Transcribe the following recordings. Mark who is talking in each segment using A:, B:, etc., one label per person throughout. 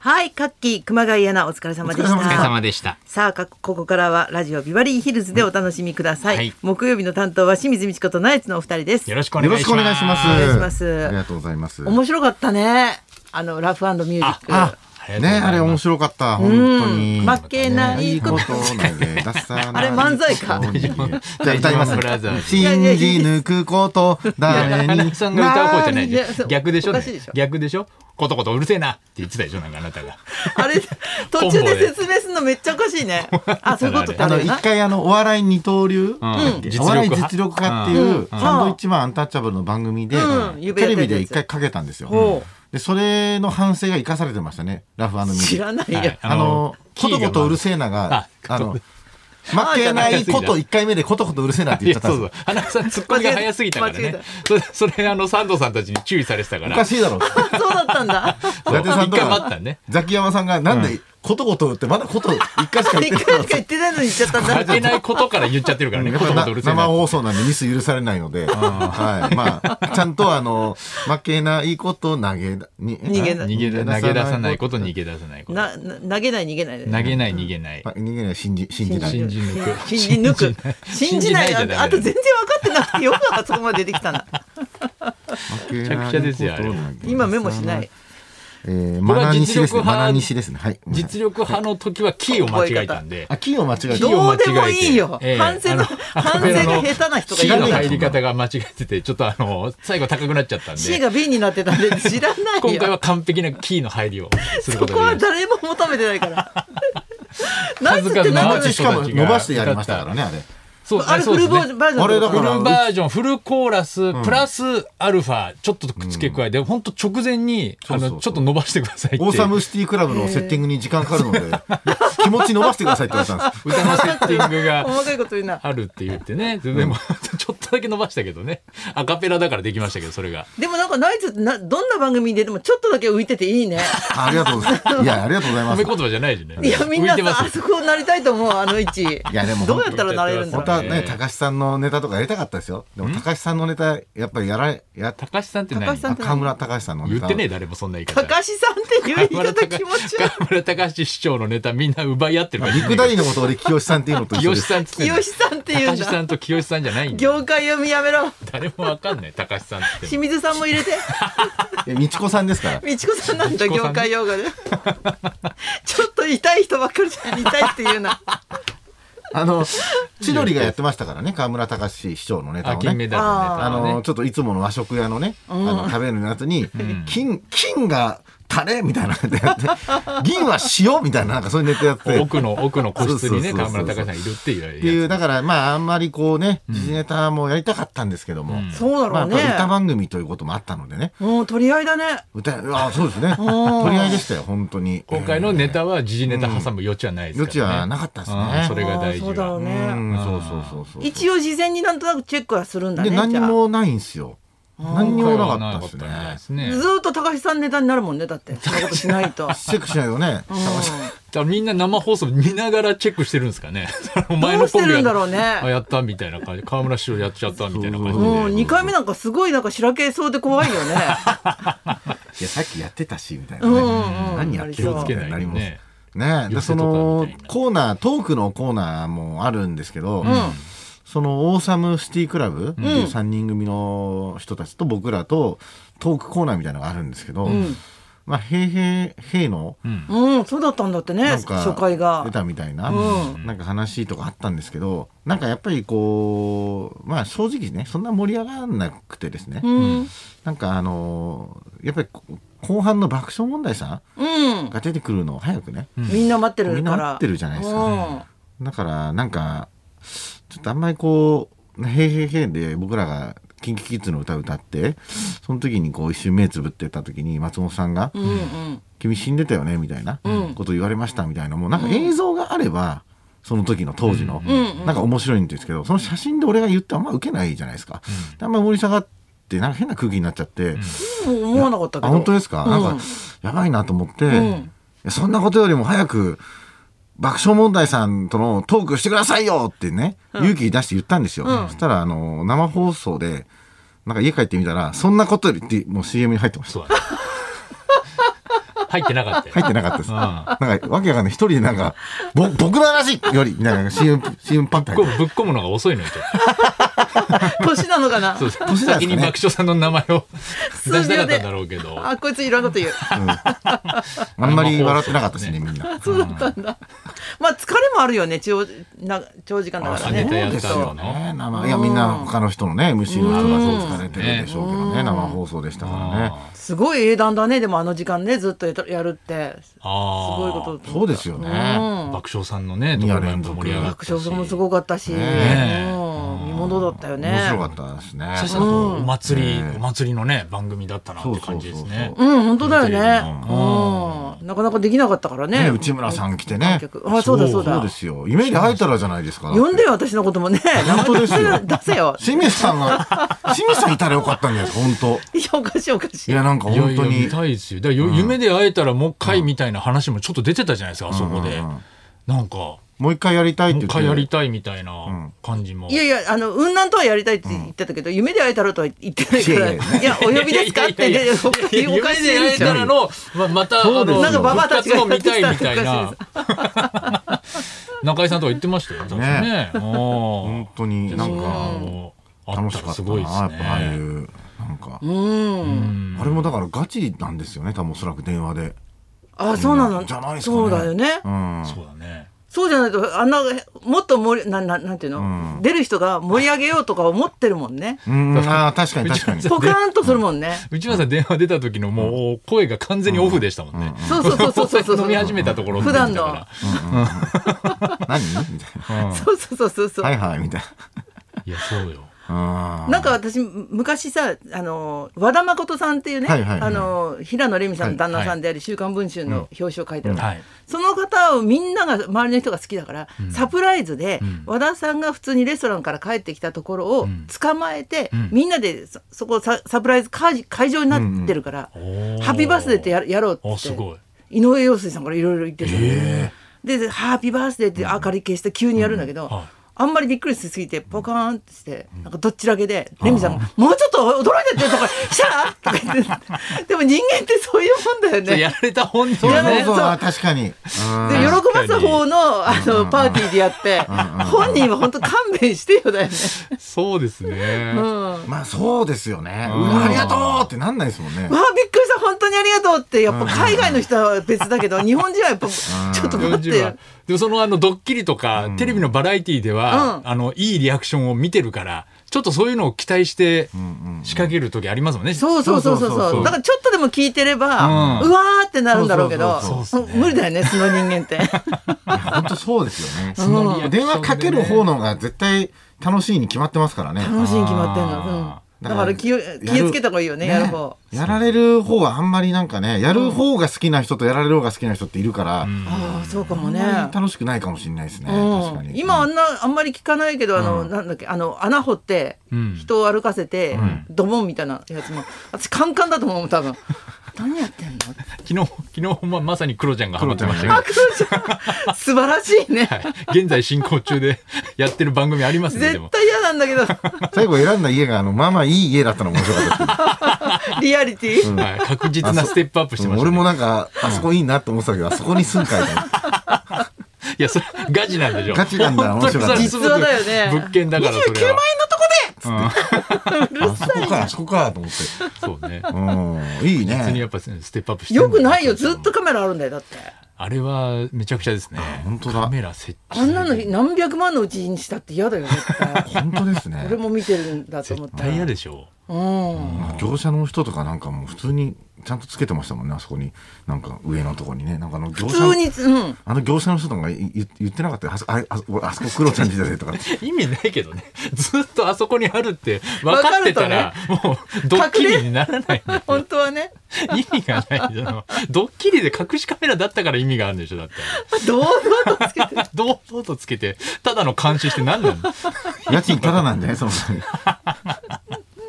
A: はい、カッキー熊谷アナお疲れ様でし
B: お疲れ
A: た。
B: 様でした。
A: さあ、かここからはラジオビバリーヒルズでお楽しみください。
B: はい
A: 木曜日の担当は清水美智子とナイツのお二人です。
B: よろしくお
C: よ
B: 願
C: ろ
B: い
C: し
B: し
C: くお願いしま。
B: ますす。
A: 願いします
C: ありがとうございます。ね
A: 面白かったね。あのラフミュージック。
B: あ、あ
C: あれ面
B: 白
C: 白かった本当
A: う
C: に。
A: ん負けないこと
C: ねいいことなので出さない
A: あれ漫才か
C: ことにじゃあ歌いま
B: 大丈夫ブラ
C: す
B: ザー
C: ね。
B: ズ
C: 信じ抜くこと 誰
B: い。
C: に
B: 花さんが歌う方じゃないじゃ。
A: いやそうん
B: 逆でしょ
A: おかしいでしょ。
B: 逆でしょ。ことことうるせえなって言ってたでしょなんかあなたが。
A: あれ途中で説明するのめっちゃおかしいね。あ、そういうことって
C: あ
A: あ
C: の
A: るよな
C: 一。回あのお笑い二刀流、
B: うん
C: お笑い実力家って
A: う
C: い
A: ん
C: うサンドイッチマンアンタッチャブルの番組で、
A: うん
C: テレビで一回かけたんですよ、
A: ほ
C: でそれの反省が生かされてましたねラフミュージック
A: 知らないよ。
B: はい
C: あの、ことことうるせえなが、
B: あ
C: あの、負けないこと1回目でことことうるせえなって
B: い
C: 言っちゃ
B: や
C: った
B: そ
C: ん
B: う
C: です
B: そう
C: よ。
B: 花さんツッコミが早すぎたから
A: 間違え
B: ねそれそれあのサンドさんたちに注意されてたか
C: お
B: ら
C: かしいだろう。
A: そうだったんだ。
C: 伊達さんと
B: 一回待っ
C: か
B: たね、
C: ザキヤマさんがなんでことことってまだこと1回しか
A: 一
C: 言
A: 回し
C: ってない
A: か言ってないのに言っちゃったん
B: 負
A: だ。
B: けないことから言っちゃってるからね
C: やっ
B: ことこ
C: ぱ
B: とうる
C: り
B: せえ
C: 生
B: な
C: 放送なんでミス許されないので、はい、まあ、ちゃんとあの、負けないこと投げだ、に
A: 逃げな
B: 逃げ出投げ出さないこと逃げ出さないこと
A: な、な投げない逃げない。
B: 投げない逃げない
C: あ逃げない、信じ、信じない。
B: 信じ抜く
A: 信じ抜く。信じない。
B: 信じないじゃない
A: あと全然分かってなくてよくあそこまで出てきたな。
C: 負け
B: ちゃくちゃですよあれ
A: 今メモしない。。
C: えー、マナニシですね。
B: これは実力派
C: マナニシですね。はい。ごめんなさい
B: 実力派の時はキーを間違えたんで
C: あ、金を間違えた
B: キー。
A: ど
B: を間
A: う
B: 違えて
A: でもいいよ
B: ええ
A: 反省の
B: あ
A: 反省が下手な人がい
C: る
B: キーの入り方が間違えてて、ちょっとあの、最後高くなっちゃったん
A: C
B: で、
A: が B になってたんで知らないよ。
B: 今回は完璧なキーの入りをする
A: そ
B: こと
A: こ
B: が
A: は
B: できまし
A: 誰も求めてないから。ナイツ
B: 数
A: っ
B: 々
A: て
B: の
A: なん
B: アー
A: か
B: ティス
C: しかも伸ばしてやりましたからね、あれ。
B: たそう
A: あれフ
B: そうで
A: ル
B: す
A: バージョンバージ
B: ね
A: ョン
C: あれだ
B: フ
C: から
B: ルバージョン、フルコーラス、プラスアルファ、ちょっと付け加えて、ほんと直前に、
C: そ
B: あ
C: うそうそう
B: の、ちょっと伸ばしてくださいって。
C: オーサムシティクラブのセッティングに時間かかるので、気持ち伸ばしてくださいって言われたん です。
B: 歌のセッティングが
A: 細かいこと言うな。
B: あるって言ってね。でも、ちょっとだけ伸ばしたけどね。アカペラだからできましたけど、それが。
A: でもなんかナイツってなどんな番組に出てもちょっとだけ浮いてていいね。
C: あありがとうございます。いや、ありがとうございま
B: 褒
C: す
B: め。言葉じゃないしね。
A: いやみん
B: 浮
A: ない
B: てま
A: さあ
B: すよ。
A: そこなりたいと思うあの位置。
C: いやでも
A: どうやったらなれるんだろ
C: 本
A: う
C: 当。は
B: え
C: ね、
B: ー
C: 高橋さんのネタとかやりたかったですよ。でも、高橋さんのネタ、やっぱりやられ、やっ
B: 高橋さんって
A: 高
B: 何
A: 橋さん
C: あ河村高橋さんのネ
B: 言
C: タ。
B: ってねえ、誰もそんな言い方
A: 高。橋さんっていう言い方気持ち悪い。
B: 河村高橋市長のネタみんな奪い合ってるから。
C: ビッグダディのことで清さんっていうのと一緒
B: 清
C: で
B: 志
C: す。
B: さんっつってん
A: 清
B: だよ
A: さんっていうん
B: 高橋さ
A: だ。
B: んと清志さんじゃないんだよ
A: 業界読みやめろ。
B: 誰もわかんない高橋さんって
A: 清水さんも入れて。
C: えみちこさんですから。
A: みちこさんなんだ、
B: みち
A: 業
B: こさんね
A: 界用語で。 ちょっと痛い人ばっかりじゃん。痛いっていうな。
C: あの、千鳥がやってましたからね、河村高橋市長のネタ
B: あ
C: を
B: 金
C: ね
B: メ。ダルのネタ
C: あ
B: はね
C: の、ちょっといつもの和食屋のね、あの、食べるやつに、金、金がタレみたいなのやって、銀は塩みたいな、なんかそういうネタやってて。
B: 奥の奥の個室にね
C: そうそう
B: 河
C: そうそう
B: 村隆さんいるっていう
C: っていう、
B: やつ
C: だからまああんまりこうね、時事ネタもやりたかったんですけども、
A: そうだろ
C: まあ、
A: う
C: やっぱり歌
A: ね。
C: 番組ということもあったのでね、
A: もう取り合いだね。
C: 歌、あそうですね、取り合いでしたよ、本当に。
B: 今回のネタは時事ネタ挟む余地はないで
C: 余
B: すから
C: 地は
B: ね
C: なかったです
B: あー
C: ね。
B: それが大
A: あー
B: 事
A: そうだろう
C: う
A: ね。
C: ん、そうそうそうそう。
A: 一応事前になんとなくチェックはするんだね。
C: で、何
A: じゃあ
C: もないんですよ。何にもなかったです
B: 今回はなかった
C: ね
B: で。すね
A: ずーっと高橋さんネタになるもんね。だって。そんなことしないと。
C: チェックしないよね。
B: だからみんな生放送見ながらチェックしてるんですかねお前
A: どう
B: の
A: して
B: コンビ
A: るんだ
B: は
A: ろうね
B: あ。やったみたいな感じ河村市長やっちゃったみたいな感じ
A: もう
B: で
A: 2回目なんかすごいなんかしらけそうで怖いよね。
C: いや、さっきやってたし、みたいな
A: う
C: ね。
A: んうんうん
C: 何やって
A: 気
C: る
A: を
C: み
A: つ
C: た
B: け
C: い
B: ない
C: にな
B: とね
C: ります。ねえ、でそ
B: 寄
C: の
B: せとかみたいな
C: コーナー、トークのコーナーもあるんですけど、
A: ん
C: そのオーサムシティクラブっていう3人組の人たちと僕らとトークコーナーみたいなのがあるんですけど、
A: ん
C: まあ、へいへい、へいの、
A: うん、そうだったんだってね。
C: なんか
A: 初回が
C: 出。たみたいな、
A: う
C: なんか話とかあったんですけど、なんかやっぱりこう、まあ正直ね、そんな盛り上がらなくてですね、
A: うん。
C: なんかあのーやっぱりこ後半の爆笑問題さ
A: うん
C: ん。が出てくるのを早くね、
A: みんな待ってるから。
C: みんな待ってるじゃないですか
A: うん
C: だからなんかちょっとあんまりこう「へいへいへい」で僕らが KinKiKids の歌歌ってその時にこう一瞬目つぶってた時に松本さんが
A: うんうん。
C: 「君死んでたよね」みたいなこと言われましたみたいなもうなんか映像があればその時の当時の
A: ん
C: なんか面白いんですけどその写真で俺が言ってあんま受けないじゃないですか。であんまり盛り下がってなんか変な空気になっちゃって。
A: もう思わなかったけ
C: あ
A: ど。
C: 本当ですか、
A: うん
C: なんかやばいなと思って、
A: ん
C: いやそんなことよりも早く爆笑問題さんとのトークしてくださいよってね、勇気出して言ったんですよ、そしたらあの生放送でなんか家帰ってみたら「そんなことより」ってもう CM に入ってました
B: そうだね 入ってなかったよ
C: 入ってなかったです。
B: うん
C: なんか、わけわかんない。一人でなんか、ぼ僕の話より、みたいな CM、CM パンって
B: ぶ
C: 入
B: っ
C: っ
B: 込むぶっ込むのが遅いのよ、ちょっと
A: 年なのかな
B: そうそ
C: 年
B: う
C: なんですかね
B: 先に爆笑さんの名前を
A: 数秒
B: 出
A: で
B: したかったんだろうけど。
A: あこいついろんなこと言う
C: た。あんまり笑ってなかったしね、みんな。
A: そうだったんだまあ疲れもあるよね長な長時間だから
B: あネタや
A: ね
B: った
A: そ
B: んだ
A: う
C: ね、
B: な
C: 生いやみんな他の人のね MC の人がそう疲れてるでしょうけどね生放送でしたからね
B: あ
A: すごい英断だねでもあの時間ねずっとやるやるってす
B: あ
A: ごいことだと
C: そ
A: 思
C: う
A: う
C: ですよね、
A: うん
B: 爆笑さんのね、ところもやっぱ盛り上がった
A: 爆
B: し。
A: 笑さんもすごかったし、
C: ね
B: え
A: うん見ものだったよね
C: 面白かったですね
B: 久々のお祭り、お祭りのね、番組だったなって感じですね。
A: うん本当だよ
C: う
A: ね、うんなかなかできなかったからね
C: ね内村さん来てね
A: 観客あそうだそうだ
C: そうですよ夢に入ったらじゃないですか
A: 呼んでよ私のこともね
C: 本当です よ
A: 出せ よ
C: 清水さ んが清水さんいたらよかったんじゃないですか本
A: いやおかしいおかし
C: 当い
A: い
C: やなんか
B: いや
C: 本
B: い
C: 当
B: や
C: に
B: 見たいですよ。だからよ夢で会えたらもう一回みたいな話もちょっと出てたじゃないですか、あそこで
C: うんうんうん。
B: なんか、も
C: もう一回やりたいうって言っ
B: 一
C: て
B: 回やりたいみたいな感じも。
A: いやいや、あの、雲南とはやりたいって言ってたけど、夢で会えたらとは言ってないから、
C: いやい
A: い
C: や
A: や、お呼びですかって、
B: いやい
A: で
B: やいや
A: おかしいおかしい
B: 夢で会えたらの、ままた、あ
C: そうです
B: の、
C: よなんか
A: ババアたちが
B: 復活も見たいみたい
A: や
B: な
A: って。
B: 中井さんとか言ってましたよ、確かにね。うん
C: 本当になんか
B: あ
C: 楽
B: っ
C: したかっ
B: ら
C: た
B: す
C: な
B: ごいです
C: やっぱああい
B: ね。
C: うなんか
A: うん。
C: あれもだからガチなんですよね多分おそらく電話で
A: あ、そうなの。
C: じゃないですかね
A: そうだよね
C: う。ん
B: そうだね。
A: そうじゃないと、あんな、もっと盛り、な、ななんていうの出る人が盛り上げようとか思ってるもんね。
C: うんあー確かに確か に
A: ポカーンとするもんね。
B: 内村さん電話出た時のもう声が完全にオフでしたもんね。
A: そうそうそうそうそう。
B: 飲み始めたところ
A: 普段の。
C: 何みたいな
A: そうそうそうそうそう。
C: はいはいみたい
B: いや、そうよ。
C: なうん
A: なんか私昔さあの和田誠さんっていうね、
C: はいはいはい
A: あの平野レミさんの旦那さんであり「週刊文春」の表紙を書いてる、
B: はい。
A: その方をみんなが周りの人が好きだから、サプライズで、和田さんが普通にレストランから帰ってきたところを
B: ん
A: 捕まえて、
B: ん
A: みんなでそそこササプライズ会会場になってるから「ハッピーバースデー」ってややろうって言
B: あ、
A: って
B: すごい。
A: 井上陽水さんからいろいろ言ってる、で「ハッピーバースデー」って明かり消して急にやるんだけど、
B: はい
A: あんまりびっくりしすぎてポカーンってしてなんかどっちらけでレミさんが「もうちょっと驚いてって」とか「シャー!」とか言ってでも人間ってそういうもんだよ
B: それ
A: ね。
B: やられた本人
C: そう
B: は
A: やら
B: ね
A: れ
C: そうそうあー確かにうん
A: で喜ばす方のあのパーティーでやって本人は本当勘弁してよだよね。
B: そうですね。
C: まあそうですよね。う
B: うん
C: わありがとうってなんないですもんね
A: わ。あびっくりした本当にありがとうってやっぱ海外の人は別だけど日本人はやっぱちょっと
B: 日本
A: 待っ
B: 人
A: て
B: は。でもそのあのドッキリとか、テレビのバラエティで
A: う
B: は、あのいいリアクションを見てるからちょっとそういうのを期待して仕掛ける時ありますもんね。
A: そうそうそうそう
C: そうそ
A: そ
C: うそうそうう
A: だからちょっとでも聞いてれば、
B: う
A: うんわーってなるんだろうけど
C: そう
B: そうそうそうそうっすね
A: 無理だよねその人間って
C: 本当そうですよね。
B: そのリアクションでね
C: 電話かける方の方が絶対楽しいに決まってますからね。
A: 楽しいに決まってんの
B: あ、
A: うん、だから気を気をつけた方がいいよねやる方。
C: やられる方はあんまりなんかね、やる方が好きな人とやられる方が好きな人っているから、
A: ああそうかもね
C: あんまり楽しくないかもしれないですね。確か
A: うん、
C: に。
A: 今あんなあんまり聞かないけどあの、なんだっけあの穴掘って
B: うん
A: 人を歩かせて、ドボンみたいなやつも私カンカンだと思う 多分何やってんの
B: 昨日昨日ままさにクロちゃんがハマってましたけど
A: あクロちゃん素晴らしいね、
B: はい、現在進行中でやってる番組ありますねで
A: 絶
B: も。
A: 対嫌なんだけど
C: 最後選んだ家があのまあまあいい家だったの面白かったです
A: リアリティ、
B: はい、確実なステップアップし
C: けど
B: てまし
C: 俺
B: た、ね
C: もなんかあそこいいなと思ってたけど、あそこに住んかいと思って
B: いやそれガチなんでしょ
C: ガチなんだ
B: 本当
C: 面
B: に
C: 白かった
A: 実話だよね
B: 物件だからそれ
A: 29万円
B: は
A: のとこで
C: あそこかあそこかと思って。
B: そうね
C: うんいい
B: 別に
C: ね。
B: やっぱステップアップしてる
A: よ
B: んだ
A: くないよずっとカメラあるんだよだって
B: あれはめちゃくちゃですね
C: 本当だ
B: カメラ設置
A: あんなの何百万のうちにしたって嫌だよ絶対
C: 本当ですね
A: 俺。も見てるんだと思っ
B: 絶
A: たら
B: 対嫌でしょ
A: うん
C: 業者の人とかなんかもう普通にちゃんとつけてましたもんねあそこになんか上のとこにねなんかあの業者
A: 普通にうん
C: あの業者の人とかがいい言ってなかったよあそあああそこ黒ちゃん時代とか
B: 意味ないけどねずっとあそこにあるって分かってたら、もうドッキリにならないんだ よ
A: 本当はね
B: 意味がないじゃんドッキリで隠しカメラだったから意味があるんでしょだ って
A: 堂々とつけてる
B: 堂々とつけてただの監視して何なのめち
C: 家賃ただなんじゃないその人に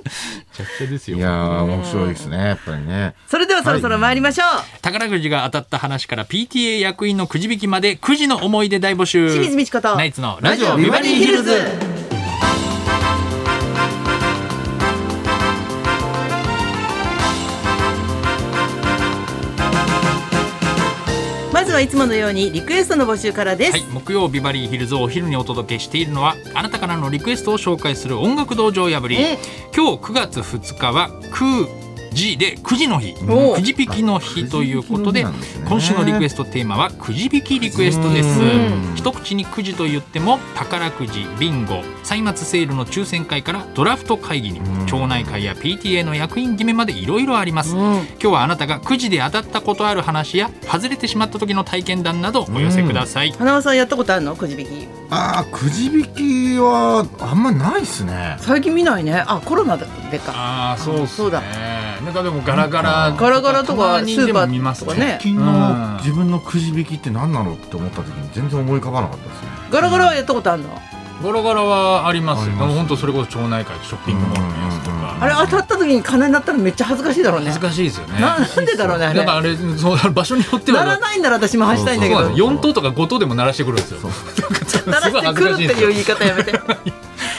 B: ゃくちゃです よ
C: いやー面白いですねやっぱりね
A: それではそろそろ参りましょう、
B: 宝くじが当たった話から PTA 役員のくじ引きまでくじの思い出大募集
A: 清水美智子と
B: ナイツのラジオ
A: ビ
B: ビ
A: バ
B: バ
A: リ
B: リ
A: ーヒ
B: ーヒ
A: ル
B: ル
A: ズ
B: ズ
A: ずはいつものようにリクエストの募集からです、
B: はい、木曜ビバリーヒルズをお昼にお届けしているのはあなたからのリクエストを紹介する音楽道場破り
A: え
B: 今日9月2日は9時で9時の日
A: お
B: くじ引きの日ということで
C: くじ引きの日なんですね
B: 今週のリクエストテーマはくじ引きリクエストです
A: うん
B: 一口にくじと言っても宝くじビンゴ歳末セールの抽選会からドラフト会議に町内会や PTA の役員決めまでいろいろあります
A: うん
B: 今日はあなたがくじで当たったことある話や外れてしまった時の体験談などお寄せください、
A: 花輪さんやったことあるのくじ引き
C: あーくじ引きはあんまないですね
A: 最近見ないねあコロナでか
B: ああそうっすね
A: そうだ
B: なんかでもガラガラ
A: ガラガラとか
B: たまに
A: スー
B: で
A: パ
B: も見ま
A: ー
B: す
A: とかね
C: 直近
B: うん
C: の自分のくじ引きって何なのって思った時に全然思い浮かばなかったですね
A: ガラガラはやったことあるの
B: ガラガラはあります
C: あ
B: よ
C: り
B: で
C: ます
B: も本当それこそ町内会ショッピングモールのやつと
C: うんうんうん
B: か
A: あれ当たった時に金になったらめっちゃ恥ずかしいだろうね
B: 難しいですよね
A: ななんでだろうねあれ
B: なんかあれそう場所によって
A: な
B: は
A: らないなら私も走りたいんだけ
B: そうな
A: ど
B: んです4等とか5等でも鳴らしてくるんですよ
A: 鳴らしてくるっていう言い方やめて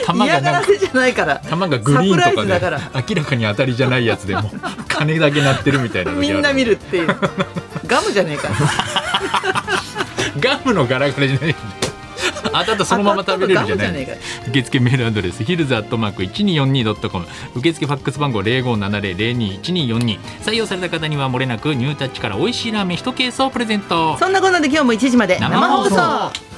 B: 玉が
A: 嫌が
B: な
A: ら
B: んか
A: せじゃないから
B: 玉がグリーン
A: サプライ
B: とか
A: ズ
B: で
A: だから
B: 明らかに当たりじゃないやつでも金だけ鳴ってるみたいな時あ
A: みんな見るって いうガムじゃねえか
B: ガムのガラガラじゃない。当たったそのまま食べれるじゃな
A: 当たったガムじゃ
B: い
A: ね。
B: 受付メールアドレスヒルズアットマーク一二四二ドットコム。受付ファックス番号零五七零零二一二四二。採用された方にはもれなくニュータッチから美味しいラーメン一ケースをプレゼント。
A: そんなこんなで今日も1時まで生
B: 生放
A: 放
B: 送
A: 送